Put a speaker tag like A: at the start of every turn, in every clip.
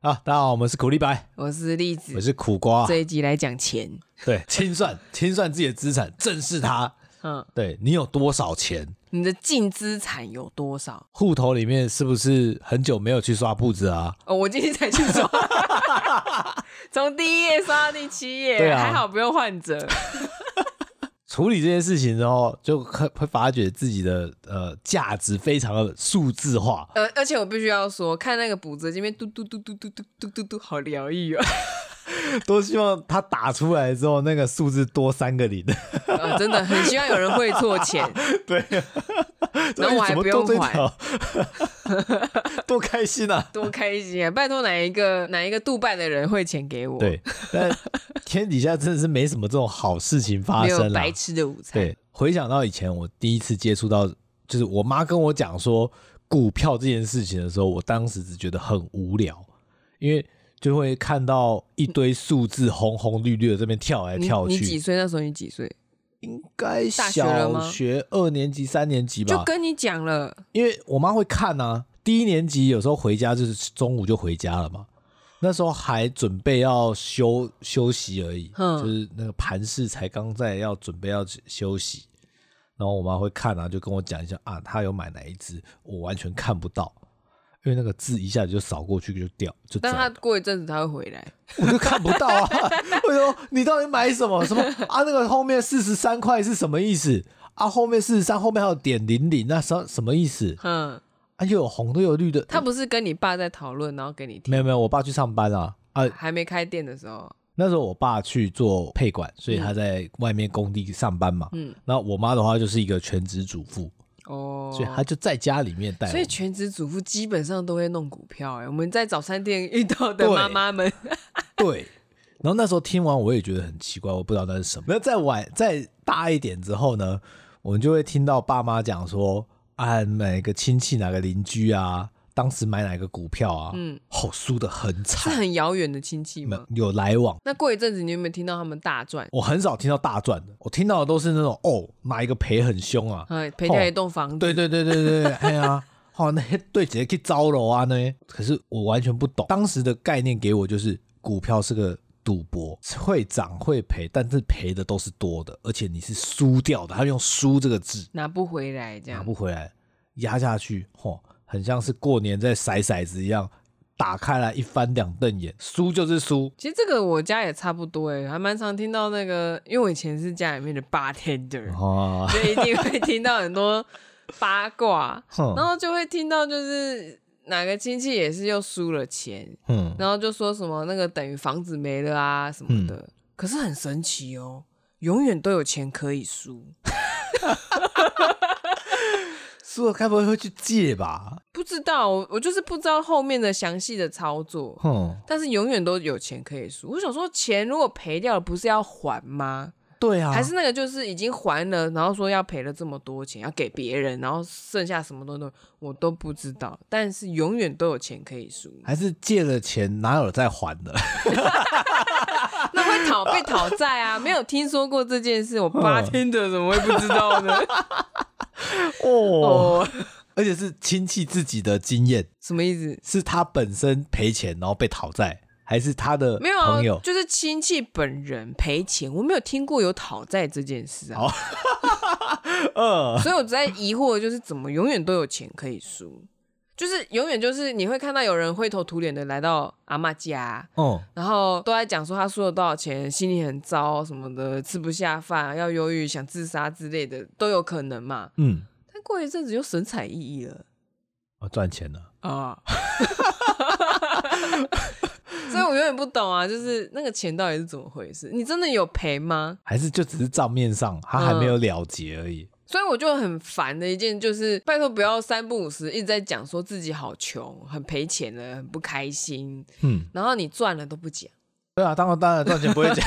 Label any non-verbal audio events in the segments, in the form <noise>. A: 啊，大家好，我们是苦力白，
B: 我是栗子
A: 我。是苦瓜，
B: 这一集来讲钱，
A: 对，清算清算自己的资产，正视它。
B: 嗯，
A: 对你有多少钱？
B: 你的净资产有多少？
A: 户头里面是不是很久没有去刷步子啊？
B: 哦，我今天才去
A: <laughs>
B: 刷，从第一页刷到第七页，
A: 对啊
B: 还好不用患者。
A: 处理这件事情之后，就会会发觉自己的呃价值非常的数字化。
B: 呃，而且我必须要说，看那个补折这边嘟嘟嘟嘟嘟嘟嘟嘟嘟，好疗愈哦。 <laughs>
A: 多希望它打出来之后，那个数字多三个零。
B: 呃真的很希望有人会错钱，
A: <laughs> 对，哎
B: 然后我还
A: 怎么
B: 不用
A: 多这
B: 还
A: 条， <laughs> 多开心啊！
B: 多开心啊！拜托哪一个哪一个杜拜的人汇钱给我？，
A: 对，但天底下真的是没什么这种好事情发
B: 没有
A: 生啦
B: 白。吃的午餐。
A: 对，回想到以前我第一次接触到，就是我妈跟我讲说股票这件事情的时候，我当时只觉得很无聊，因为就会看到一堆数字红红绿绿的这边跳来
B: 你
A: 跳
B: 你几
A: 去。
B: 岁？那时候你几岁？
A: 应该
B: 大学了
A: 小
B: 吗
A: 学二年级、三年级
B: 就
A: 吧，
B: 跟你讲了，
A: 因为我妈会看啊。第一年级有时候回家就是中午就回家了嘛，那时候还准备要休休息而已，
B: 嗯
A: 就是那个盘市才刚在要准备要休息，然后我妈会看啊，就跟我讲一下啊，她有买哪一只，我完全看不到，因为那个字一下子就扫过去就掉就走
B: 但
A: 了，
B: 他过一阵子他会回来。
A: 我就看不到啊！我说你到底买什么？什么啊？那个后面四十三块是什么意思？啊，后面四十三后面还有点零零，那什什么意思？
B: 嗯，
A: 啊，又有红的，又有绿的。
B: 他不是跟你爸在讨论，然后给你听，
A: 没有没有，我爸去上班啊啊！
B: 还没开店的时候，
A: 那时候我爸去做配管，所以他在外面工地上班嘛。
B: 嗯，
A: 那我妈的话就是一个全职主妇，
B: 哦，
A: 所以她就在家里面带我。
B: 所以全职主妇基本上都会弄股票、哎，我们在早餐店遇到的
A: 对
B: 妈妈
A: <laughs>
B: 们，
A: 对。然后那时候听完我也觉得很奇怪，我不知道那是什么。那再晚再大一点之后呢，我们就会听到爸妈讲说，啊，哪个亲戚哪个邻居啊，当时买哪个股票啊，
B: 嗯，
A: 哦，输的很
B: 是
A: 惨，
B: 很遥远的亲戚吗？
A: 有来往。
B: 那过一阵子，你有没有听到他们大赚？
A: 我很少听到大赚的，我听到的都是那种哦，哪一个赔很凶啊，
B: 哎，赔掉一栋房子，
A: 对对对对对， <laughs> 对哎呀，好、那些对直接去招楼啊呢。可是我完全不懂当时的概念，给我就是股票是个赌博，会涨会赔，但是赔的都是多的，而且你是输掉的。他用“输”这个字
B: 拿不回来，这
A: 拿
B: 样
A: 不回来，压下去，吼、很像是过年在甩骰子一样，打开来一翻两瞪眼，输就是输。 <laughs>
B: 其实这个我家也差不多哎、还蛮常听到那个，因为我以前是家里面的 bartender，、
A: 哦，
B: 所以一定会听到很多八
A: <laughs>
B: 卦，
A: 哼
B: 然后就会听到就是哪个亲戚也是又输了钱，
A: 嗯，
B: 然后就说什么那个等于房子没了啊什么的。
A: 嗯
B: 可是很神奇哦，永远都有钱可以输，
A: 输了该不会会去借吧？
B: 不知道我我就是不知道后面的详细的操作。
A: 哼，
B: 但是永远都有钱可以输。我想说，钱如果赔掉了，不是要还吗？
A: 对啊，
B: 还是那个就是已经还了，然后说要赔了这么多钱，要给别人，然后剩下什么东西我都不知道。但是永远都有钱可以输，
A: 还是借了钱，哪有再还的？
B: 那会讨被讨债啊？没有听说过这件事，我八
A: 嗯
B: 天的怎么会不知道呢？
A: <laughs> 哦，
B: 哦，
A: <laughs> 而且是亲戚自己的经验，
B: 什么意思？
A: 是他本身赔钱然后被讨债，还是他的
B: 没有啊
A: 朋友，？
B: 就是亲戚本人赔钱，我没有听过有讨债这件事啊。
A: <laughs> 呃，
B: 所以我在疑惑，就是怎么永远都有钱可以输，就是永远就是你会看到有人灰头土脸的来到阿嬷家，
A: 哦，
B: 然后都在讲说他输了多少钱，心里很糟什么的，吃不下饭，要忧郁，想自杀之类的都有可能嘛。
A: 嗯，
B: 但过一阵子又神采奕奕了
A: 我赚钱了，
B: 啊。 <laughs> 所以我永远不懂啊，就是那个钱到底是怎么回事？你真的有赔吗？
A: 还是就只是账面上他还没有了结而已？
B: 所以我就很烦的一件就是，拜托不要三不五时一直在讲说自己好穷，很赔钱了，很不开心，
A: 嗯，
B: 然后你赚了都不讲，
A: 对啊，当然当然赚钱不会 <laughs> 讲，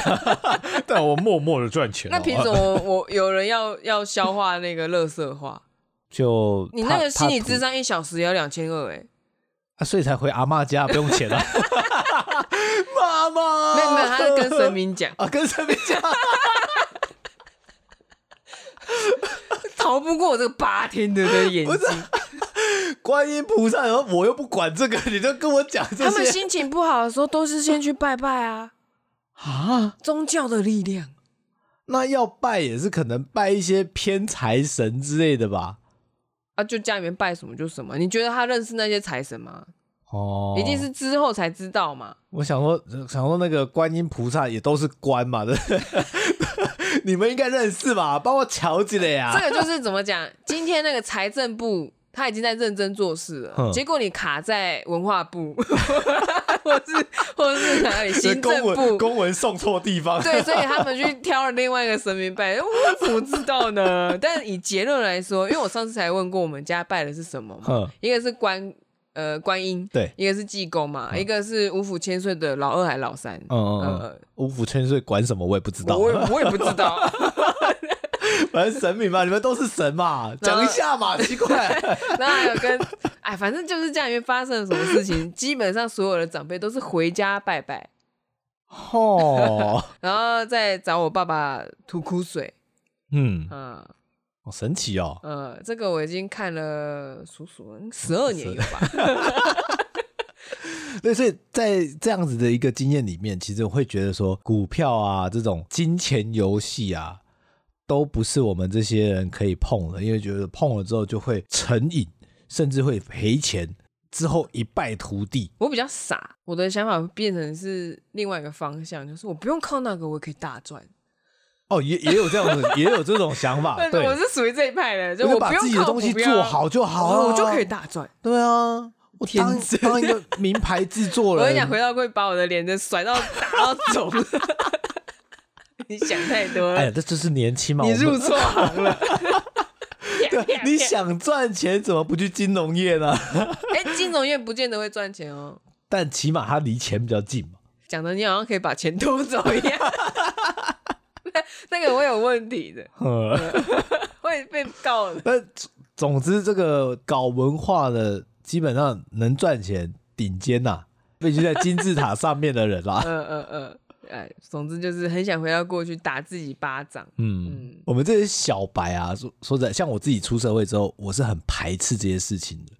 A: 但我默默的赚钱哦
B: 那凭什么我有人要要消化那个乐色化？
A: 就
B: 你那个
A: 他
B: 心理智
A: 他
B: 商一小时要两千二哎，
A: 啊所以才回阿嬷家不用钱
B: <laughs>
A: 啊。 <laughs> 妈妈，
B: 没有没有，他是跟神明讲
A: <laughs> ，啊，跟神明讲，
B: 逃不过我这个八天的的眼睛，
A: 观音菩萨，然后我又不管这个，你就跟我讲这
B: 他们
A: 些。
B: 心情不好的时候都是先去拜拜啊，
A: 啊，
B: 宗教的力量。
A: 那要拜也是可能拜一些偏财神之类的吧？
B: 啊，就家里面拜什么就什么。你觉得他认识那些财神吗？
A: 哦，
B: 一定是之后才知道嘛。
A: 我想说，想说那个观音菩萨也都是官嘛，对 <laughs> 不对？你们应该认识吧？帮我瞧起来呀
B: 这。个就是怎么讲？ <laughs> 今天那个财政部他已经在认真做事了，
A: 哼
B: 结果你卡在文化部， <laughs> 或是或是哪里
A: 这
B: 行政
A: 公文
B: 部。
A: 公文送错地方，
B: 对，所以他们去挑了另外一个神明拜，我怎么知道呢？但以结论来说，因为我上次才问过我们家拜的是什么嘛
A: <laughs> 哼，
B: 一个是观呃观音，
A: 对
B: 一个是济公嘛，一个是五府千岁的老二还老三，
A: 嗯嗯嗯
B: 呃，
A: 五府千岁管什么我也不知道，
B: 我
A: <laughs>
B: 也我也不知道， <laughs>
A: 反正神明嘛，你们都是神嘛，讲一下
B: 呃
A: 嘛，奇
B: <laughs>
A: 怪。
B: 然后还有跟哎，反正就是家里面发生了什么事情，基本上所有的长辈都是回家拜拜，
A: 哦，
B: 然后再找我爸爸吐苦水。
A: <laughs> 嗯，
B: 嗯
A: 好神奇哦，
B: 呃，这个我已经看了数数十二年有
A: <laughs>
B: 吧，
A: 对，所以在这样子的一个经验里面，其实我会觉得说，股票啊这种金钱游戏啊，都不是我们这些人可以碰的，因为觉得碰了之后就会成瘾，甚至会赔钱，之后一败涂地。
B: 我比较傻，我的想法变成是另外一个方向，就是我不用靠那个，我也可以大赚。
A: 哦，也也有这样子，也有这种想法，对，
B: 我是属于这一派的，就
A: 我
B: 我
A: 就
B: 不
A: 把
B: 用
A: 自己的
B: 靠
A: 东西
B: 股票啊
A: 做，好就好了、
B: 我就可以。大赚。
A: 对啊，我
B: 天
A: 当
B: 真
A: 当一个名牌制作
B: <laughs> 我
A: 人，
B: 跟你讲，回到会把我的脸就
A: <laughs>
B: 甩到打到肿。你想太多了。
A: 哎呀，这就是年轻嘛，
B: 你
A: 我们
B: 入错行了。
A: <laughs> 对，
B: <laughs>
A: 你，想赚钱怎么不去金融业呢？
B: 哎、金融业不见得会赚钱哦，
A: 但起码它离钱比较近嘛。
B: 讲的你好像可以把钱偷走一样。 <laughs> 那那个我有问题的，
A: 呃
B: 会被告的。
A: 但总总之，这个搞文化的基本上能赚钱，顶尖呐、必须在金字塔上面的人
B: <laughs>
A: 啦、
B: 嗯嗯嗯，哎，总之就是很想回到过去打自己巴掌。
A: 嗯，我们这些小白啊，说说实在，像我自己出社会之后，我是很排斥这些事情的。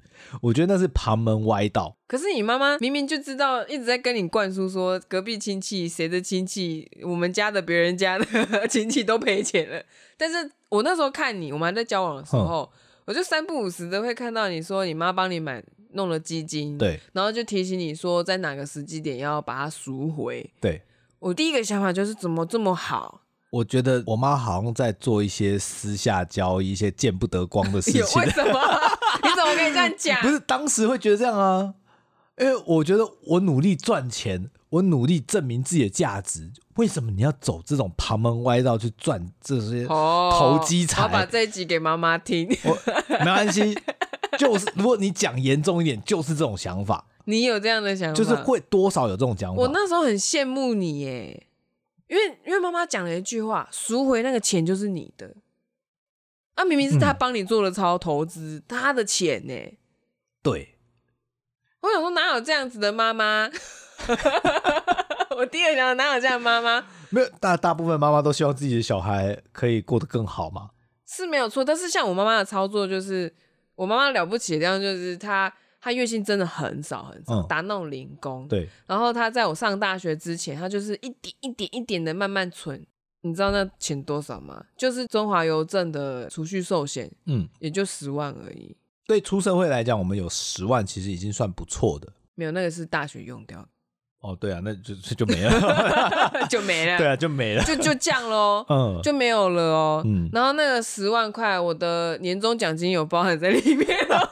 A: 我觉得那是旁门歪道，
B: 可是你妈妈明明就知道，一直在跟你灌输说隔壁亲戚、谁的亲戚、我们家的、别人家的 <laughs> 亲戚都赔钱了。但是我那时候看你，我们还在交往的时候，
A: 嗯
B: 我就三不五时的会看到你说你妈帮你买弄了基金，，
A: 对
B: 然后就提醒你说在哪个时机点要把它赎回。
A: 对，
B: 我第一个想法就是怎么这么好， <laughs>
A: 我觉得我妈好像在做一些私下交易、一些见不得光的事
B: <laughs> 有
A: 情
B: 为。什么？你怎么可以这样
A: <laughs>
B: 讲？
A: 不是当时会觉得这样啊，因为我觉得我努力赚钱，我努力证明自己的价值，为什么你要走这种旁门歪道去赚这些？
B: 哦，
A: 投机财
B: 我把这一集给妈妈听。 <laughs>
A: 我没关系，就是如果你讲严重一点，就是这种想法，
B: 你有这样的想法？
A: 就是会多少有这种讲法。
B: 我那时候很羡慕你耶，因为因为妈妈讲了一句话，赎回那个钱就是你的。啊，明明是他
A: 嗯
B: 帮你做了超投资，他的钱呢？
A: 对，
B: 我想说哪有这样子的妈妈？我第二想哪有这样的妈妈
A: 没有大大部分妈妈都希望自己的小孩可以过得更好嘛。
B: 是没有错，但是像我妈妈的操作就是，我妈妈了不起的地方就是她她月薪真的很少很少，
A: 嗯
B: 打那种零工，
A: 对，
B: 然后他在我上大学之前，他就是一点一点一点的慢慢存。你知道那钱多少吗？就是中华邮政的储蓄寿险，
A: 嗯，
B: 也就十万而已，
A: 对，出社会来讲，我们有十万其实已经算不错的。
B: 没有那个是大学用掉
A: 哦，对啊，那就就就没了，
B: <laughs> 的，就没了，
A: 对啊，就没了。
B: 就就这样喽，
A: 嗯，
B: 就没有了哦。
A: 嗯
B: 然后那个十万块，我的年终奖金有包含在里面哦，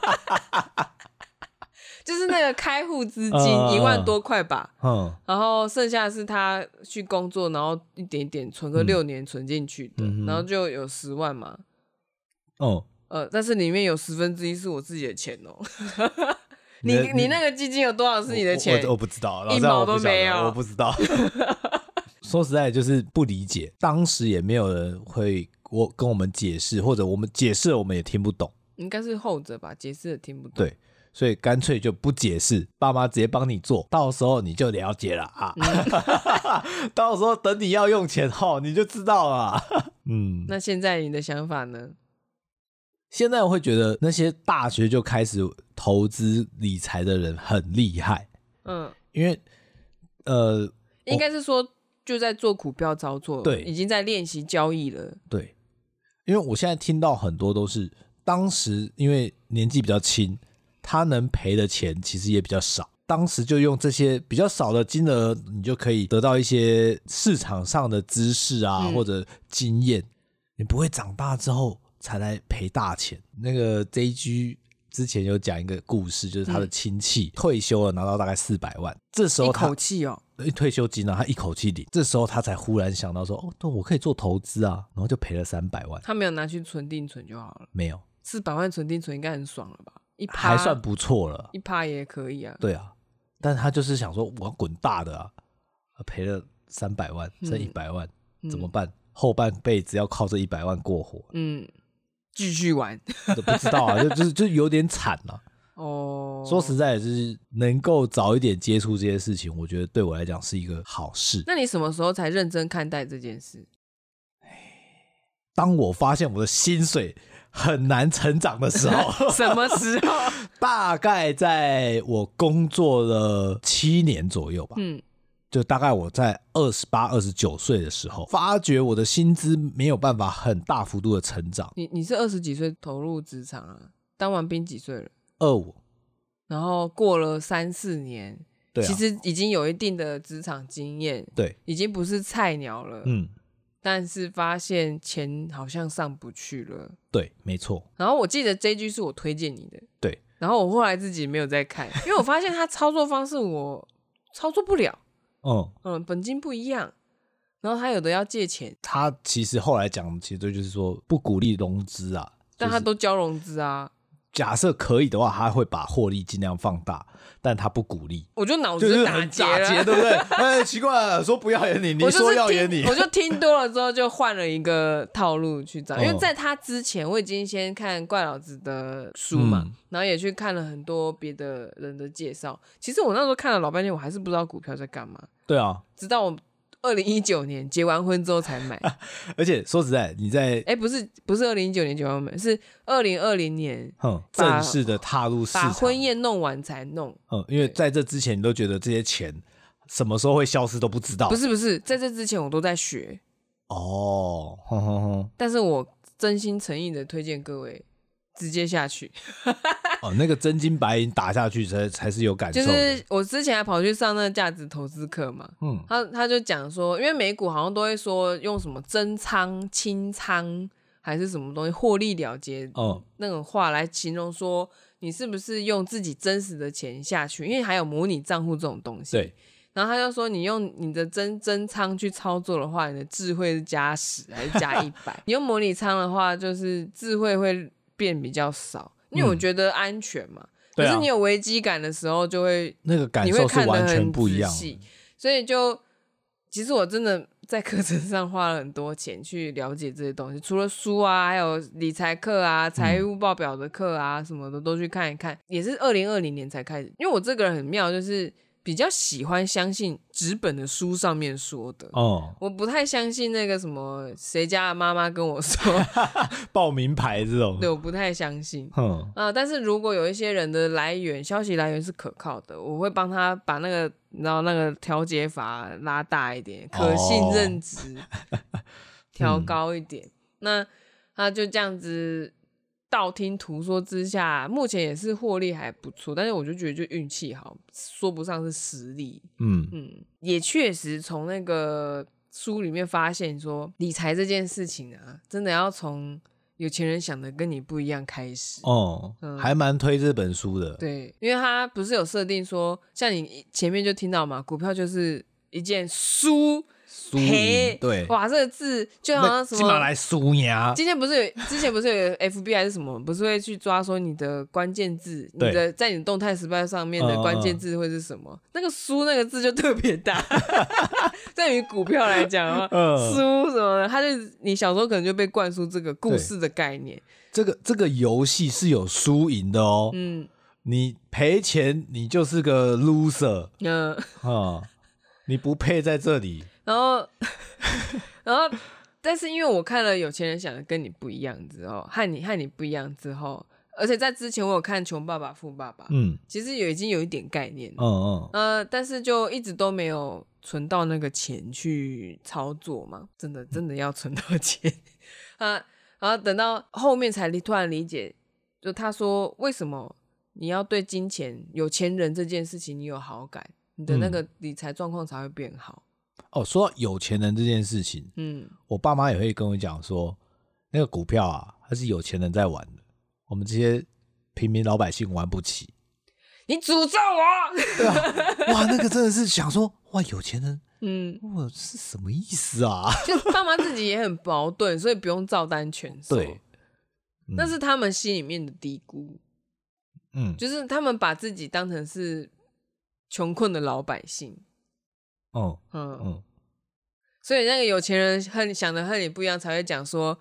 B: <laughs> 就是那个开户资金
A: 嗯嗯嗯
B: 一万多块吧，
A: 嗯
B: 然后剩下是他去工作，然后一点一点存个六年存进去的，
A: 嗯嗯哼
B: 然后就有十万嘛，
A: 哦，
B: 呃，但是里面有十分之一是我自己的钱哦。
A: 你
B: 你
A: 的
B: 你
A: 你
B: 那个基金有多少是你的
A: 我
B: 钱
A: 我？我不知道，老
B: 一
A: 实讲
B: 毛
A: 我不
B: 都
A: 晓得
B: 没有
A: 我不知道。 <laughs> 说实在，就是不理解，当时也没有人会我跟我们解释，或者我们解释了我们也听不懂，
B: 应该是后者吧，解释的听不懂。
A: 对，所以干脆就不解释，爸妈直接帮你做，到时候你就了解了啊。 <laughs> 到时候等你啊 <laughs> 要用钱后，你就知道了。嗯，
B: 那现在你的想法呢？
A: 现在我会觉得那些大学就开始投资理财的人很厉害，
B: 嗯，
A: 因为呃，
B: 应该是说就在做股票操作，
A: 对
B: 已经在练习交易了，
A: 对，因为我现在听到很多都是当时因为年纪比较轻，他能赔的钱其实也比较少，当时就用这些比较少的金额，你就可以得到一些市场上的知识啊、
B: 嗯
A: 或者经验，你不会长大之后才来赔大钱。那个 JG。之前有讲一个故事，就是他的
B: 嗯
A: 亲戚退休了，拿到大概四百万，这时候
B: 一
A: 他
B: 口气哦，
A: 一退休金啊，他一口气领，这时候他才忽然想到说，哦，对，我可以做投资啊，然后就赔了三百万，
B: 他没有拿去存定存就好了，
A: 没有，
B: 四百万存定存应该很爽了吧？一
A: 还
B: 趴
A: 算不错了，
B: 一趴也可以啊，
A: 对啊，但他就是想说，我要滚大的啊，赔了三百万，剩一百万、怎么办？后半辈子要靠这一百万过活，
B: 嗯，继续玩
A: 都不知道啊，就 <laughs> 就是就有点惨了、
B: 哦。
A: 说实在，就是能够早一点接触这些事情，我觉得对我来讲是一个好事。
B: 那你什么时候才认真看待这件事？
A: 当我发现我的薪水很难成长的时候。
B: <laughs> 什么时候？
A: 大概在我工作了七年左右吧，
B: <laughs> 嗯，
A: 就大概我在二十八、二十九岁的时候，发觉我的薪资没有办法很大幅度的成长。
B: 你你是二十几岁投入职场啊？当完兵几岁了？
A: 二五，
B: 然后过了三四年，
A: 对啊，
B: 其实已经有一定的职场经验，
A: 对，
B: 已经不是菜鸟了。
A: 嗯，
B: 但是发现钱好像上不去了。
A: 对，没错，
B: 然后我记得这一句是我推荐你的，
A: 对。
B: 然后我后来自己没有再看，因为我发现他操作方式我操作不了，
A: 嗯，
B: 嗯，本金不一样。然后他有的要借钱，
A: 他其实后来讲，其实就是说不鼓励融资啊。
B: 但他
A: 就是
B: 都交融资啊，
A: 假设可以的话，他会把获利尽量放大，但他不鼓励，
B: 我就脑
A: 就
B: 子
A: 是
B: 打
A: 很
B: 结
A: 打
B: 了。
A: 结，对不对？ <laughs> 哎，奇怪了，说不要演你，
B: 我
A: 你
B: 就
A: 说
B: 是
A: 要
B: 听，
A: 演你，
B: 我就听多了之后就换了一个套路去找，因为
A: 哦
B: 在他之前我已经先看怪老子的书嘛，
A: 嗯
B: 然后也去看了很多别的人的介绍。其实我那时候看了老半天，我还是不知道股票在干嘛，
A: 对啊。
B: 直到我二零一九年结完婚之后才买。 <laughs>
A: 而且说实在，你在
B: 哎、不是不是二零一九年结完婚买，是二零二零年
A: 哼，
B: 把
A: 正式的踏入市
B: 把
A: 场。
B: 婚宴弄完才弄。
A: 嗯，因为在这之前，你都觉得这些钱什么时候会消失都不知道。
B: 不是不是，在这之前我都在学，
A: 哦，哼哼哼，
B: 但是我真心诚意的推荐各位直接下去。
A: 哦，那个真金白银打下去才才是有感受
B: 就
A: 的。
B: 是我之前还跑去上那个价值投资课嘛，
A: 嗯
B: 他他就讲说，因为美股好像都会说用什么增仓、清仓还是什么东西获利了结
A: 嗯，
B: 那种话来形容说你是不是用自己真实的钱下去，因为还有模拟账户这种东西。
A: 对，
B: 然后他就说，你用你的真真仓去操作的话，你的智慧是加十还是加一
A: <laughs>
B: 百？你用模拟仓的话，就是智慧会变比较少，因为我
A: 嗯
B: 觉得安全嘛。
A: 对
B: 可
A: 啊
B: 是你有危机感的时候，就会
A: 那个感
B: 你会
A: 受
B: 看
A: 是
B: 得
A: 完
B: 很
A: 全不一样
B: 仔
A: 的。
B: 细所以就其实我真的在课程上花了很多钱去了解这些东西，除了书啊，还有理财课啊、财
A: 嗯
B: 务报表的课啊、什么的都去看一看。也是二零二零年才开始，因为我这个人很妙，就是比较喜欢相信纸本的书上面说的。
A: 哦，
B: 我不太相信那个什么谁家的妈妈跟我说， <laughs>
A: 报名牌这种
B: 对，，我不太相信。
A: 哼，
B: 啊、但是如果有一些人的来源消息来源是可靠的，我会帮他把那个你知道那个调节阀拉大一点，可信任值调高一点。那他就这样子道听途说之下，目前也是获利还不错，但是我就觉得就运气好，说不上是实力。
A: 嗯
B: 嗯，也确实从那个书里面发现说，理财这件事情啊，真的要从有钱人想的跟你不一样开始。
A: 哦
B: 嗯，
A: 还蛮推这本书的。
B: 对，因为它不是有设定说，像你前面就听到嘛，股票就是一件输
A: 输
B: 赔
A: 赢，对，
B: 哇，这个字就好
A: 那
B: 像什
A: 起码
B: 么。
A: 来输啊呀，
B: 今天不是有之前不是有 FB 还是什么，不是会去抓说你的关键字，你
A: 对
B: 的在你的动态时报上面的
A: 嗯嗯
B: 关键
A: 嗯
B: 字会是什么？那个输那个字就特别大， <laughs> 在于股票来讲啊，
A: 嗯
B: 输什么的，它就你小时候可能就被灌输这个故
A: 对
B: 事的概念，
A: 这个这个游戏是有输赢的哦。
B: 嗯
A: 你赔钱，你就是个 loser
B: 嗯。
A: <laughs>
B: 呃
A: 啊、你不配在这里。
B: <laughs> 然后，然后，但是因为我看了有钱人想的跟你不一样之后，和你和你不一样之后，而且在之前我有看《穷爸爸富爸爸》
A: 嗯
B: 其实有已经有一点概念了。
A: 嗯嗯，
B: 呃，但是就一直都没有存到那个钱去操作嘛，真的真的要存到钱 <laughs> 啊，然后等到后面才理突然理解，就他说为什么你要对金钱、有钱人这件事情你有好感，你的那
A: 嗯
B: 个理财状况才会变好。
A: 哦，说到有钱人这件事情，
B: 嗯，
A: 我爸妈也会跟我讲说，那个股票啊，它是有钱人在玩的，我们这些平民老百姓玩不起。
B: 你诅咒我，
A: 对啊， <laughs> 哇，那个真的是想说，哇，有钱人，
B: 嗯，
A: 哇，是什么意思啊？
B: 就是爸妈自己也很矛盾， <laughs> 所以不用照单全
A: <laughs>
B: 收。
A: 对，嗯
B: 那是他们心里面的低估。
A: 嗯，
B: 就是他们把自己当成是穷困的老百姓，
A: 哦，
B: 嗯，
A: 嗯，
B: 所以那个有钱人和想的和你不一样，才会讲说，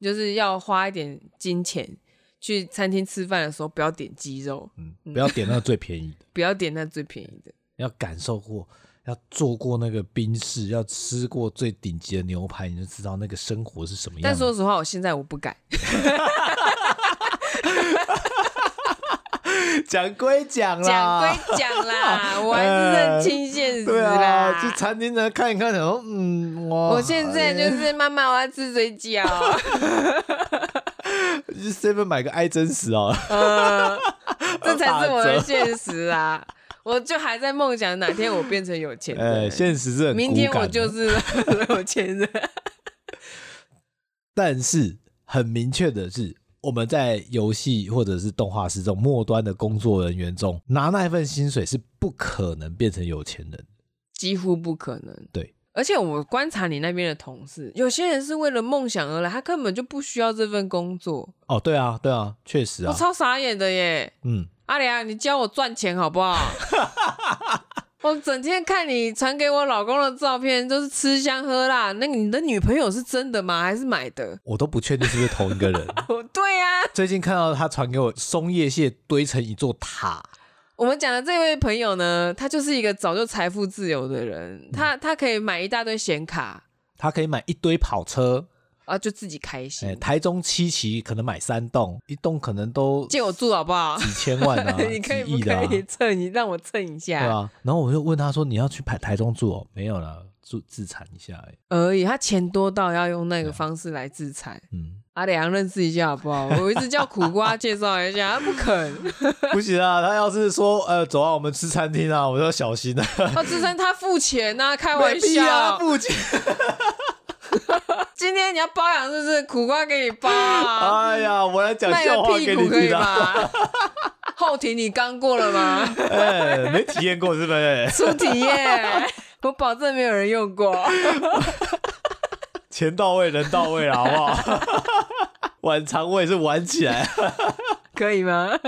B: 就是要花一点金钱去餐厅吃饭的时候，不要点鸡肉，
A: 嗯，不要点那个最便宜的，
B: 不要点那最便宜的，
A: 要感受过，要做过那个冰室，要吃过最顶级的牛排，你就知道那个生活是什么样
B: 但
A: 的。
B: 说实话，我现在我
A: <laughs>
B: 不敢，
A: 讲归讲
B: 讲
A: 啦，
B: 归讲啦，我还是认清现实
A: <laughs> 对
B: 啦。
A: 啊，去餐厅呢看一看，然后嗯，哇，
B: 我现在就是妈妈，我要吃
A: <laughs>
B: 水饺。
A: 哎去 seven 买个爱真实
B: <laughs>
A: 啊，
B: 呃，这才是我
A: 打
B: 的
A: 折
B: 现实啊！我就还在梦想哪天我变成有钱
A: 呃，
B: 人，
A: 现实是很
B: 明天
A: 骨感啊
B: 我
A: 的
B: 就是 <laughs> 有钱人。
A: 但是很明确的是，我们在游戏或者是动画师这种末端的工作人员中，拿那一份薪水是不可能变成有钱人。
B: 几乎不可能。
A: 对，
B: 而且我观察你那边的同事，有些人是为了梦想而来，他根本就不需要这份工作，
A: 哦，对啊，对啊，确实
B: 我
A: 啊，
B: 超傻眼的耶！
A: 嗯，
B: 阿良，你教我赚钱
A: <laughs>
B: 好不好？我整天看你传给我老公的照片，都是吃香喝辣。那你的女朋友是真的吗？还是买的？
A: 我都不确定是不是同一个
B: <laughs>
A: 人。
B: 哦，对呀、
A: 最近看到他传给我松叶蟹堆成一座塔，
B: 我们讲的这位朋友呢，他就是一个早就财富自由的
A: 嗯
B: 人，他他可以买一大堆显卡
A: 他可以买一堆跑车，
B: 啊，就自己开心。
A: 哎，台中七期可能买三栋，一栋可能都
B: 借我住好不好？
A: 几千万 <laughs> 啊，
B: <laughs> 你可以
A: 几
B: 不
A: 亿的、啊
B: 可，以蹭一让我蹭一
A: 对
B: 下？
A: 啊。然后我就问他说：“你要去台台中住哦？”没有啦，住自产一下欸而已。
B: 而已，他钱多到要用那个方式来自残。
A: 嗯，
B: <laughs> 阿良认识一下好不好？我一直叫苦瓜介绍一下，他不肯。
A: 不行啊，他要是说呃，走啊，我们吃餐厅啊，我就要小心啊。
B: 他自称他付钱呐、 <laughs> 开玩
A: 没必要
B: 笑
A: 啊，。不行。
B: 今天你要包养是不是？苦瓜给你包啊，
A: 哎呀，我来讲
B: 卖
A: 笑
B: 个
A: 话
B: 屁
A: 给
B: 股
A: 你
B: 可以
A: 听啊。
B: 吧？ <laughs> 后庭你刚过
A: <laughs>
B: 了吗？
A: 哎，没体验过是哎不是？
B: 初体验，我保证没有人用过。
A: 钱到位，人到位了，好不好？ <laughs> 晚肠胃是玩起来，
B: 可以吗？ <laughs>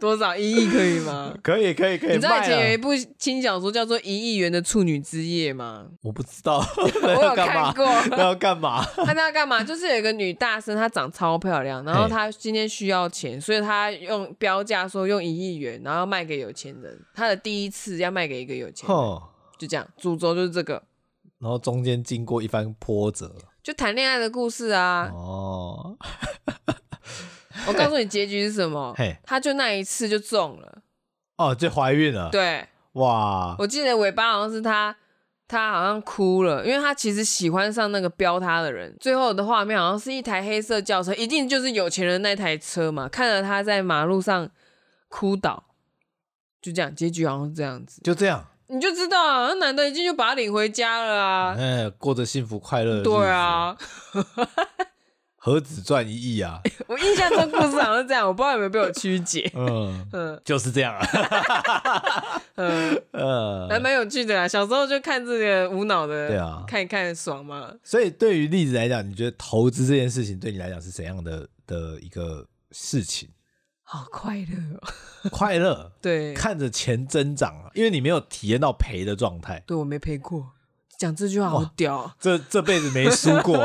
B: 多少一亿可以
A: <laughs>
B: 吗？
A: 可以，可以，可以
B: 你知道以前有
A: 卖啊
B: 一
A: 了。
B: 部轻小说叫做《一亿元的处女之夜》
A: <laughs>
B: 吗？
A: 我不知道
B: <laughs> 我
A: 那 <laughs>
B: 有
A: 要干
B: 看
A: 嘛，
B: 过，
A: 那要干嘛？ <laughs>
B: 看他干嘛？就是有一个女大生，她长超漂亮，然后
A: 嘿
B: 她今天需要钱，所以她用标价说用一亿元，然后卖给有钱人。她的第一次要卖给一个有钱人，
A: 哼，
B: 就这样，主轴就是这个，
A: 然后中间经过一番波折
B: 就谈恋爱的故事啊。
A: 哦，
B: 我告诉你结局是什么
A: 嘿，
B: 她就那一次就中了。
A: 哦，就怀孕了，
B: 对，
A: 哇，
B: 我记得尾巴好像是他，他好像哭了，因为他其实喜欢上那个标他的人。最后的画面好像是一台黑色轿车，一定就是有钱人那台车嘛。看着他在马路上哭倒，就这样，结局好像是这样子，
A: 就这样，
B: 你就知道啊，那男的已经就把他领回家了啊。
A: 哎，过着幸福快乐，
B: <laughs> 对，啊，
A: 何止赚一亿
B: <laughs>
A: 啊？
B: 我印象中故事好像是这样，我不知道有没有被我曲解。 <laughs>
A: 嗯，
B: 嗯
A: 就是这样啊。 <laughs>
B: 嗯，还
A: 呃，
B: 蛮有趣的啦。小时候就看这个无脑的，
A: 对啊
B: 看一看爽嘛。
A: 所以对于例子来讲，你觉得投资这件事情对你来讲是怎样的的一个事情？
B: 好快乐哦！
A: 快乐，
B: <laughs> 对，
A: 看着钱增长啊，因为你没有体验到赔的状态，
B: 对我没赔过。讲这句话好屌哦，
A: 这这辈子没输过。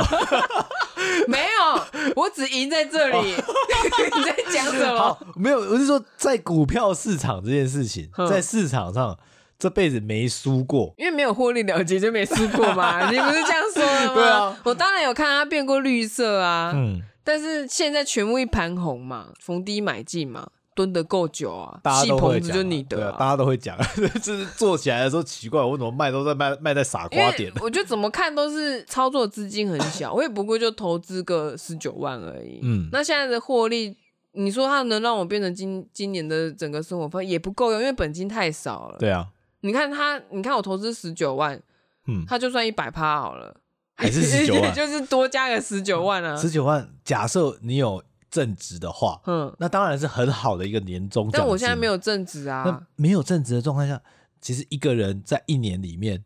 B: 没有，我只赢在这里。 <laughs> 你在讲什么？
A: 好，没有，我是说在股票市场这件事情
B: 哼，
A: 在市场上这辈子没输过。
B: 因为没有获利了结就没输过
A: <laughs>
B: 嘛，你不是这样说的吗？
A: 对啊，
B: 我当然有看它变过绿色啊，
A: 嗯，
B: 但是现在全部一盘红嘛，逢低买进嘛，蹲得够久啊，
A: 大
B: 戏
A: 家都会讲
B: 棚子
A: 啊，
B: 就你
A: 对
B: 的
A: 啊，大家都会讲， <laughs> 就是做起来的时候奇怪，我怎么卖都在卖卖在傻
B: 因
A: 瓜
B: 为
A: 点，
B: 我觉得怎么看都是操作资金很小，我也不过就投资个十九万而已。
A: 嗯
B: 那现在的获利，你说它能让我变成今今年的整个生活费也不够用，因为本金太少了。
A: 对啊，
B: 你看它，你看我投资十九万，
A: 嗯，
B: 它就算一百趴好了，
A: 还是19万
B: <laughs> 就是多加个十九万啊。
A: 十九万，假设你有正职的话，
B: 嗯，
A: 那当然是很好的一个年终。啊
B: 但我现在没
A: 有，
B: 有正职啊
A: 那，没有正职的状态下，其实一个人在一年里面，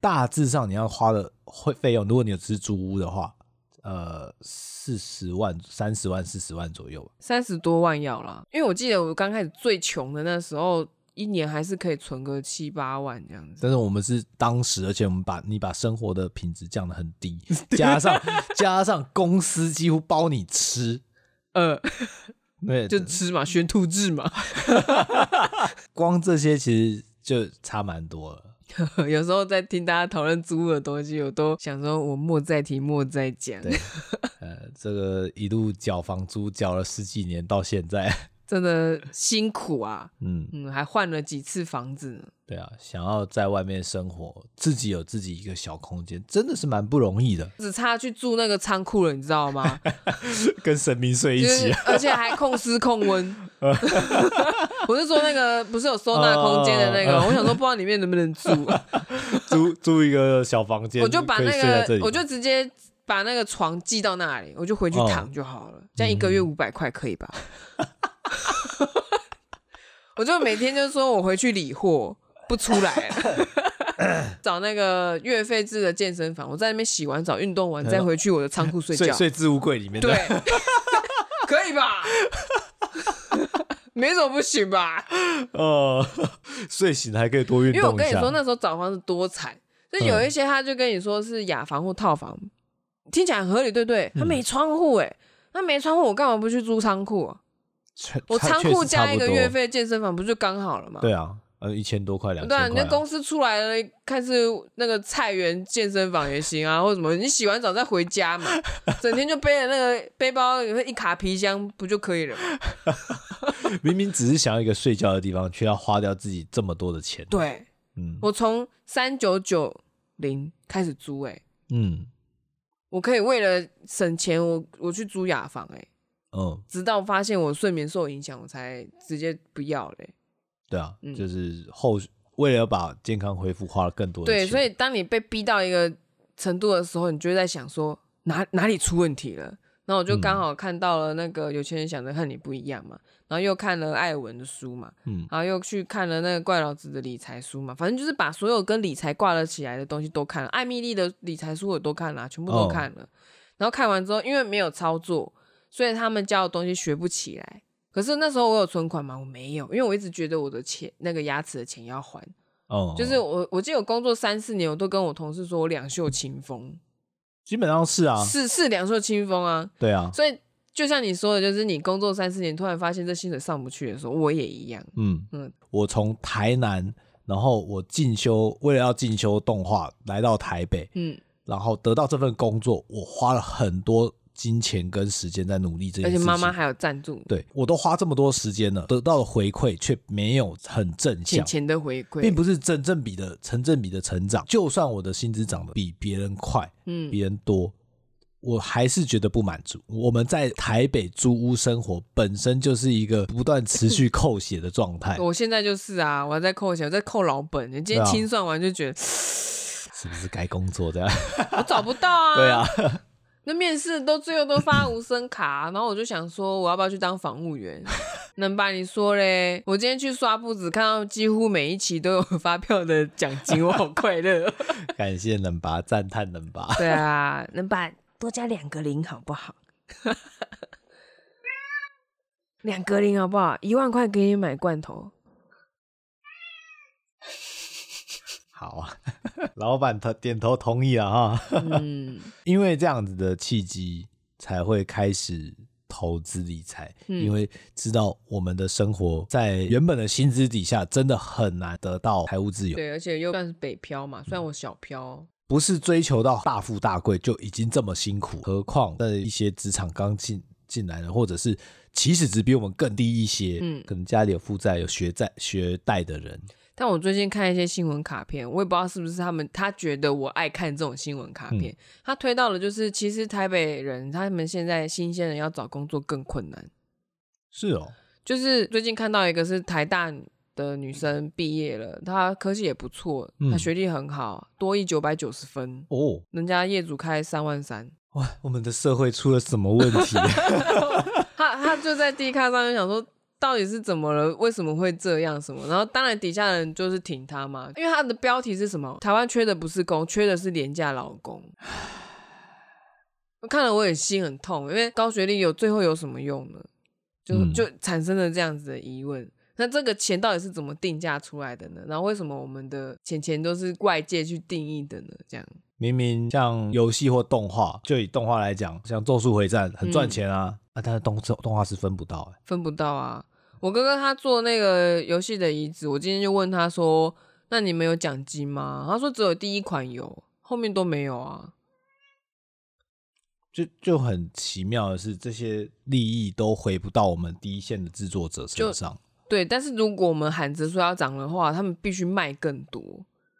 A: 大致上你要花的会费用，如果你有吃租屋的话，呃，四十万、三十万、四十万左右吧。
B: 三十多万要啦，因为我记得我刚开始最穷的那时候，一年还是可以存个七八万这样子。
A: 但是我们是当时，而且我们把你把生活的品质降得很
B: <laughs>
A: 低，加上加上公司几乎包你吃，
B: 呃，
A: 对，
B: 就
A: <laughs>
B: 吃嘛，选土制嘛， <laughs>
A: 光这些其实就差蛮多了。
B: 有时候在听大家讨论租的东西，我都想说，我莫再提，莫再讲，
A: 对呃，这个一路缴房租缴了十几年，到现在，
B: 真的辛苦啊。
A: 嗯，
B: 嗯，还换了几次房子呢。
A: 对啊，想要在外面生活，自己有自己一个小空间，真的是蛮不容易的，
B: 只差去住那个仓库了，你知道吗？
A: 跟神明睡 <laughs> 一
B: 就是
A: 起。，啊
B: 而且还控湿控温。
A: <laughs>
B: 我是说那个不是有收纳空间的那个，
A: 哦
B: 我想说不知道里面能不能住，
A: 租租一个小房间，
B: 我就把
A: 可以
B: 那
A: 睡在这
B: 个
A: 里
B: 我就直接把那个床寄到那里，我就回去
A: 哦嗯
B: 躺就好了，这样一个月五百块可以吧？ <laughs> 我就每天就说我回去理货，不出来了。 <coughs> 找那个月费制的健身房，我在那边洗完澡、运动完，再回去我的仓库睡
A: 嗯睡
B: 觉。
A: 睡置物柜里面的。
B: 对， <laughs> 可以吧？ <laughs> 没什么不行吧？
A: 呃，睡醒还可以多运
B: 因为我
A: 动一
B: 跟你
A: 下嗯
B: 说，。那时候找房子多惨，就是有一些他就跟你说是雅房或套房，听起来很合理，对不对？
A: 嗯
B: 他没窗户哎、那没窗户我干嘛不去租仓库、啊？
A: 确
B: 我
A: 确
B: 仓
A: 确
B: 库
A: 实
B: 加
A: 差
B: 一
A: 不
B: 个
A: 多
B: 月费，健身房不就刚好了吗？
A: 对啊，呃，一千多块，两
B: 对啊，
A: 千
B: 你
A: 块
B: 的
A: 啊。
B: 公司出来了，看是那个菜园健身房也行啊，或者什么，你洗完澡再回家嘛，整天就背着那个背包一卡皮箱不就可以了吗？
A: <laughs> 明明只是想要一个睡觉的地方，却要花掉自己这么多的钱。，
B: 对，
A: 嗯
B: 我从三九九零开始租、欸，
A: 嗯
B: 我可以为了省钱我，我去租雅房、欸，
A: 嗯，
B: 直到发现我睡眠受影响，我才直接不要欸嘞、
A: 对啊
B: 嗯，
A: 就是后为了把健康恢复，花了更多的
B: 对，
A: 钱。
B: 所以当你被逼到一个程度的时候，你就会在想说哪哪里出问题了。然后我就
A: 嗯
B: 刚好看到了那个有钱人想的和你不一样嘛，然后又看了艾文的书嘛，
A: 嗯
B: 然后又去看了那个怪老子的理财书嘛，反正就是把所有跟理财挂了起来的东西都看了。艾米丽的理财书我都看了啊、全部都
A: 哦
B: 看了。然后看完之后，因为没有操作，所以他们教的东西学不起来。可是那时候我有存款吗？我没有，因为我一直觉得我的钱那个牙齿的钱要还，
A: 哦，
B: 就是我我记得我工作三四年，我都跟我同事说我两袖清风，
A: 基本上是啊，
B: 是是两袖清风啊。
A: 对啊，
B: 所以就像你说的，就是你工作三四年，突然发现这薪水上不去的时候，我也一样。
A: 嗯
B: 嗯
A: 嗯，我从台南，然后我进修，为了要进修动画，来到台北，
B: 嗯，
A: 然后得到这份工作，我花了很多金钱跟时间在努力这件
B: 而
A: 事
B: 且
A: 情。
B: 妈妈还有赞助，
A: 对我都花这么多时间了，得到的回馈却没有很正
B: 钱
A: 向，
B: 钱的回馈，
A: 并不是真正比的成正比的成长。就算我的薪资涨得比别人快，
B: 嗯，
A: 别人多，我还是觉得不满足。我们在台北租屋生活本身就是一个不断持续 <laughs> 扣血的状态
B: 我现在就是啊，我还在扣钱，我在扣老本。你今天
A: 对啊
B: 清算完就觉得、 <laughs>
A: 是不是该工作的？
B: 我找不到啊。
A: 对啊，
B: 那面试都最后都发无声卡，啊然后我就想说，我要不要去当防务员？能把你说嘞？我今天去刷步子，看到几乎每一期都有发票的奖金，我好快乐。哦
A: 感谢冷拔，赞叹冷拔。
B: <laughs> 对啊，能把多加两个零好不好？两个零好不好？一万块给你买罐头。
A: 好啊， <laughs> 老板他点头同意了哈。
B: 嗯，
A: 因为这样子的契机，才会开始投资理财，
B: 嗯
A: 因为知道我们的生活在原本的薪资底下真的很难得到财务自由，
B: 对，而且又算是北漂嘛，虽然我小漂哦，
A: 不是追求到大富大贵就已经这么辛苦，何况在一些职场刚进进来的，或者是起始值比我们更低一些，
B: 嗯
A: 可能家里有负债、有学债、学贷的人，
B: 但我最近看一些新闻卡片，我也不知道是不是他们，他觉得我爱看这种新闻卡片，他推到了就是，其实台北人他们现在新鲜人要找工作更困难。
A: 是哦，
B: 就是最近看到一个是台大的女生毕业了，她科系也不错，
A: 嗯
B: 她学历很好，多一九百九十分，
A: 哦，
B: 人家业主开三万三，
A: 哇，我们的社会出了什么问题？ <laughs>
B: <laughs> 她她就在 D 卡上面想说。到底是怎么了？为什么会这样？什么？然后当然底下人就是挺她嘛，因为她的标题是什么？台湾缺的不是工，缺的是廉价劳工。我看了我很心很痛，因为高学历有最后有什么用呢？就、
A: 嗯
B: 就产生了这样子的疑问。那这个钱到底是怎么定价出来的呢？然后为什么我们的钱钱都是外界去定义的呢？这样，
A: 明明像游戏或动画，就以动画来讲，像《咒术回战》很赚钱
B: 嗯
A: 啊，啊，但是动动画是分不到、欸，
B: 分不到啊。我哥哥他做那个游戏的移植，我今天就问他说：“那你们有奖金吗？”他说：“只有第一款有，后面都没有啊。
A: 就就很奇妙的是，这些利益都回不到我们第一线的制作者身上，”
B: 对，但是如果我们喊着说要涨的话，他们必须卖更多，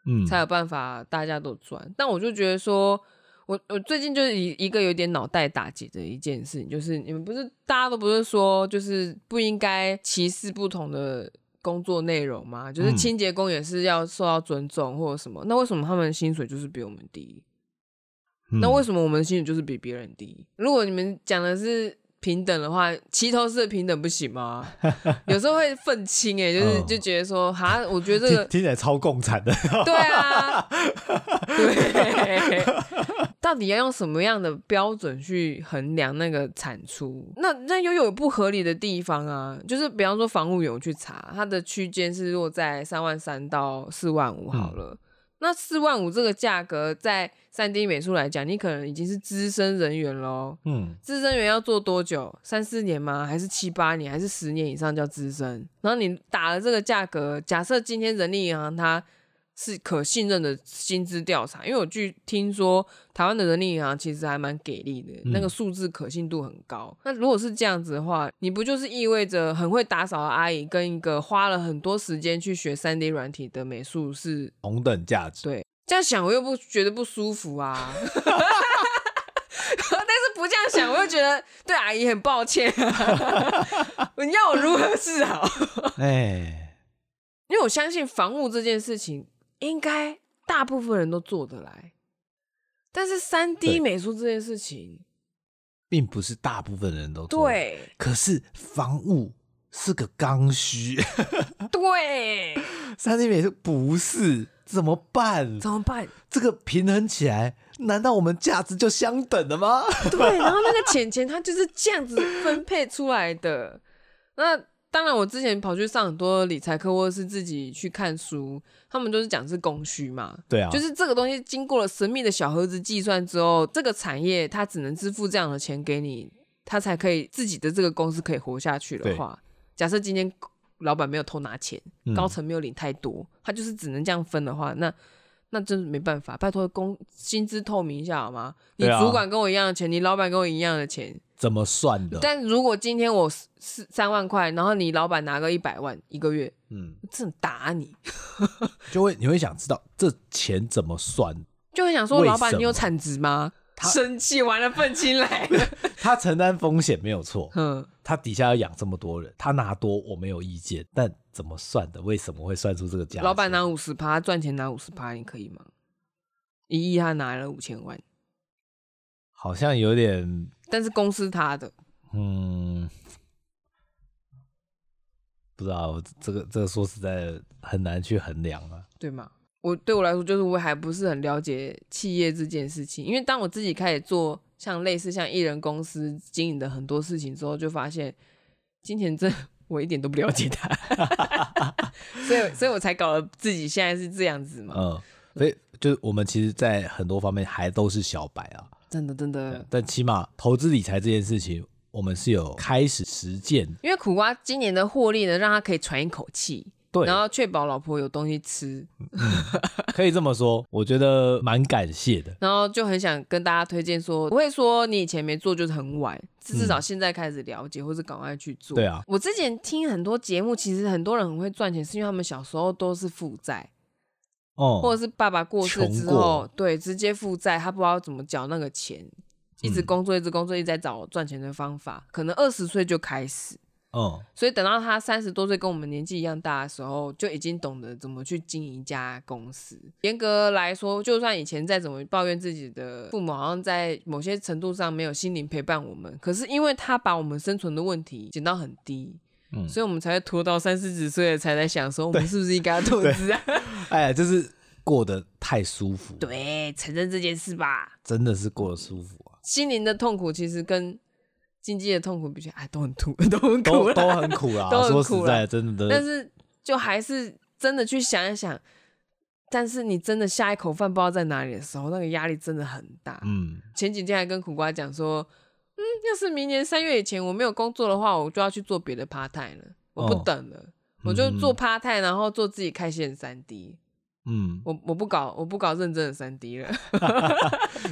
A: 嗯，
B: 才有办法大家都赚。但我就觉得说，我我最近就是一一个有点脑袋打结的一件事情，就是你们不是大家都不是说就是不应该歧视不同的工作内容吗？就是
A: 嗯
B: 清洁工也是要受到尊重或者什么，那为什么他们的薪水就是比我们低？那为
A: 什
B: 什么我们的薪水就是比别人低？如果你们讲的是平等的话，齐头式的平等不行吗？ <laughs> 有时候会愤青哎、就是
A: 嗯
B: 就觉得说，哈，我觉得这个
A: 听听起来超共产的？
B: <laughs> 对啊，对，到底要用什么样的标准去衡量那个产出？那那又有不合理的地方啊，就是比方说房务员我去查，它的区间是落在三万三到四万五好了。那四万五这个价格，在三 D 美术来讲，你可能已经是资深人员喽。
A: 嗯，
B: 资深员要做多久？三四年吗？还是七八年？还是十年以上叫资深？然后你打了这个价格，假设今天人力银行它是可信任的薪资调查，因为我据听说台湾的人力银行其实还蛮给力的，
A: 嗯
B: 那个数字可信度很高。那如果是这样子的话，你不就是意味着很会打扫的阿姨跟一个花了很多时间去学三 D 软体的美术是
A: 同等价值，
B: 对，这样想我又不觉得不舒服啊。 <laughs> 但是不这样想，我又觉得对阿姨很抱歉、啊 <laughs> 你要我如何是好？ <laughs>
A: 哎，
B: 因为我相信防务这件事情，应该大部分人都做得来。但是三 D
A: 对
B: 美术这件事情，
A: 并不是大部分人都做，
B: 对
A: 可是房务是个刚需， <laughs>
B: 对，
A: 三 D 美术不是，怎么办？
B: 怎么办？
A: 这个平衡起来，难道我们价值就相等了吗？
B: <laughs> 对，然后那个钱钱它就是这样子分配出来的。那当然，我之前跑去上很多理财课，或者是自己去看书，他们都是讲是供需嘛，
A: 对啊，
B: 就是这个东西经过了神秘的小盒子计算之后，这个产业它只能支付这样的钱给你，它才可以自己的这个公司可以活下去的话，假设今天老板没有偷拿钱，
A: 嗯
B: 高层没有领太多，他就是只能这样分的话，那那真是没办法，拜托公薪资透明一下好吗？你
A: 对啊
B: 主管跟我一样的钱，你老板跟我一样的钱，
A: 怎么算的？
B: 但如果今天我是是三万块，然后你老板拿个一百万一个月，
A: 嗯，
B: 我真的打你，
A: 就会你会想知道这钱怎么算，
B: 就很想说
A: 为
B: 老板
A: 什
B: 你有
A: 么
B: 产值吗？
A: 他
B: <laughs> 生气完了，愤青来了。
A: <laughs> 他承担风险没有错，
B: 嗯，
A: 他底下要养这么多人，他拿多我没有意见，但怎么算的？为什么会算出这个价钱？
B: 老板拿五十趴，赚钱拿五十趴，你可以吗？一亿他拿了五千万，
A: 好像有点，
B: 但是公司他的，
A: 嗯，不知道这个这个说实在的很难去衡量啊。
B: 对吗？我对我来说，就是我还不是很了解企业这件事情，因为当我自己开始做像类似像艺人公司经营的很多事情之后，就发现金钱真 <laughs> 我一点都不了解它，
A: <laughs>
B: 所以所以我才搞得自己现在是这样子嘛，
A: 嗯，所以就是我们其实，在很多方面还都是小白啊。
B: 真的真的，
A: 但起码投资理财这件事情，我们是有开始实践，
B: 因为苦瓜今年的获利呢，让他可以喘一口气，
A: 对，
B: 然后确保老婆有东西吃，
A: 可以这么说，我觉得蛮感谢的。
B: 然后就很想跟大家推荐说，不会说你以前没做就是很晚，至至少现在开始了解，或是赶快去
A: 嗯
B: 做。
A: 对啊，
B: 我之前听很多节目，其实很多人很会赚钱，是因为他们小时候都是负债，
A: 哦、
B: 或者是爸爸过世
A: 穷
B: 之
A: 过
B: 后，对，直接负债，他不知道怎么缴那个钱，一直
A: 嗯
B: 工作，一直工作，一直在找赚钱的方法，可能二十岁就开始。
A: 嗯，
B: 所以等到他三十多岁，跟我们年纪一样大的时候，就已经懂得怎么去经营一家公司。严格来说，就算以前再怎么抱怨自己的父母好像在某些程度上没有心灵陪伴我们，可是因为他把我们生存的问题减到很低，
A: 嗯
B: 所以我们才会拖到三四十岁才在想说，我们是不是应该要投资啊？ <laughs>
A: 哎呀，就是过得太舒服，，
B: 对，承认这件事吧。
A: 真的是过得舒服
B: <laughs>
A: 啊，
B: 心灵的痛苦其实跟经济的痛苦比起来，哎，都很痛， <laughs> 都很苦啊
A: 都
B: 啦
A: 都很苦啦，
B: 都很
A: 说
B: 苦
A: 实
B: 啦
A: 在的，真的
B: 但是就还是真的去想一想，但是你真的下一口饭不知道在哪里的时候，那个压力真的很大。
A: 嗯，
B: 前几天还跟苦瓜讲说，嗯，要是明年三月以前我没有工作的话，我就要去做别的 part time 了，我不
A: 哦
B: 等了，我就
A: 嗯
B: 做 part time，然后做自己开线三 D，
A: 嗯，
B: 我我不搞我不搞认真的三 D 了。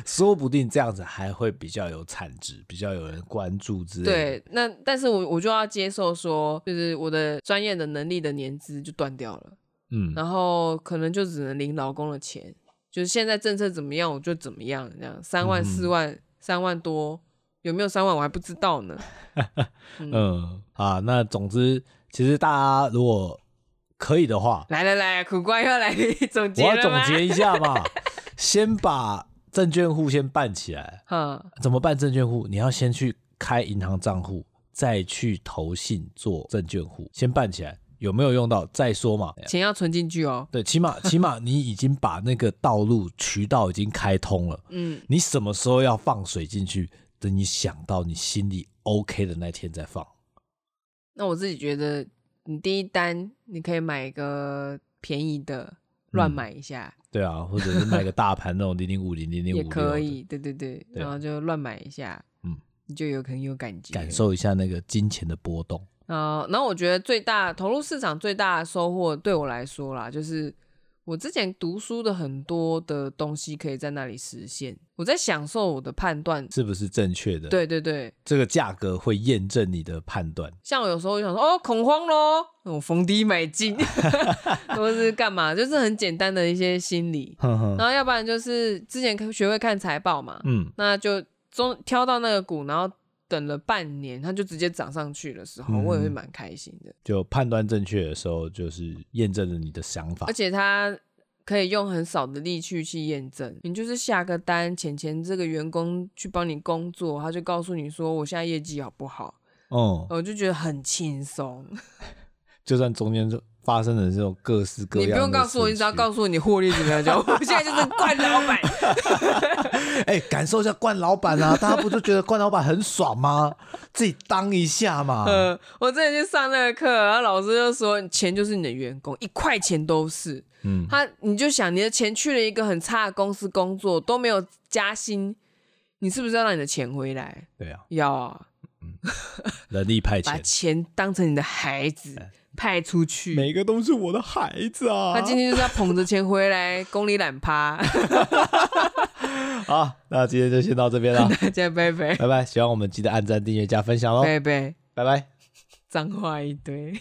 A: 说不定这样子还会比较有产值，比较有人关注之类的。
B: 对，那但是我我就要接受说，就是我的专业的能力的年资就断掉了。
A: 嗯，
B: 然后可能就只能领老公的钱，就是现在政策怎么样我就怎么样，这样三万
A: 嗯
B: 四万三万多，有没有三万我还不知道呢。 <laughs>
A: 嗯啊，那总之，其实大家如果可以的话，
B: 来来来，苦瓜要来 <laughs> 总
A: 我
B: 结
A: 要
B: 了
A: 总
B: 吗？
A: 结一下
B: <laughs>
A: 嘛，先把证券户先办起来。
B: 哈，
A: 怎么办证券户？你要先去开银行账户，再去投信做证券户，先办起来。有没有用到再说嘛？
B: 钱要存进去哦。
A: 对，起
B: <laughs>
A: 码起码你已经把那个道路渠道已经开通了。
B: 嗯，
A: 你什么时候要放水进去？等你想到你心里 OK 的那天再放。
B: 那我自己觉得，你第一单你可以买一个便宜的，乱
A: 嗯
B: 买一下、
A: 对啊，或者是买个大盘那种零零五零零零
B: <laughs> 也
A: 五
B: 可
A: 六，
B: 以，对对对，
A: 对啊
B: 然后就乱买一下，
A: 嗯，
B: 你就有可能有感觉，
A: 感受一下那个金钱的波动。
B: 呃，然后我觉得最大投入市场最大的收获，对我来说啦，就是我之前读书的很多的东西可以在那里实现。我在享受我的判断。
A: 是不是正确的？，
B: 对对对，
A: 这个价格会验证你的判断。
B: 像我有时候就想说，哦，恐慌咯，我逢低买进， <laughs> 或者是干嘛，就是很简单的一些心理。
A: 哼哼，
B: 然后要不然就是之前学会看财报嘛，
A: 嗯
B: 那就中挑到那个股，然后等了半年，它就直接涨上去的时候，我也会
A: 嗯
B: 蛮开心的。
A: 就判断正确的时候，就是验证了你的想法
B: 而。且它可以用很少的力去去验证，你就是下个单，浅浅这个员工去帮你工作，他就告诉你说我现在业绩好不好，
A: 哦、
B: 我就觉得很轻松。
A: 就算中间就发生了这种各式各
B: 你
A: 样的，
B: 不用告诉我，你只要告诉我你获利怎么样就好。我现在就是惯老
A: <laughs>
B: 板，
A: 诉，哎、感受一下冠老板
B: <laughs>
A: 啊，大家不就觉得冠老板很爽吗？自己当一下嘛。
B: <laughs> 呃，我之前去上那个课，然后老师就说钱就是你的员工，一块钱都是。
A: 嗯，
B: 他你就想你的钱去了一个很差的公司工作都没有加薪，你是不是要让你的钱回来？
A: 对啊，
B: 要啊。
A: 人力派
B: 把
A: 遣，
B: 钱当成你的孩子派出去。
A: 每个都是我的孩子啊。
B: 他今天就是要捧着钱回来， <laughs> 宫里懒趴，
A: 好，那今天就先到这
B: <laughs>
A: 边了，
B: 大家拜拜，
A: 拜拜。喜欢我们记得按赞、订阅、加分享喽，
B: 拜拜，
A: 拜拜。
B: 脏话一堆。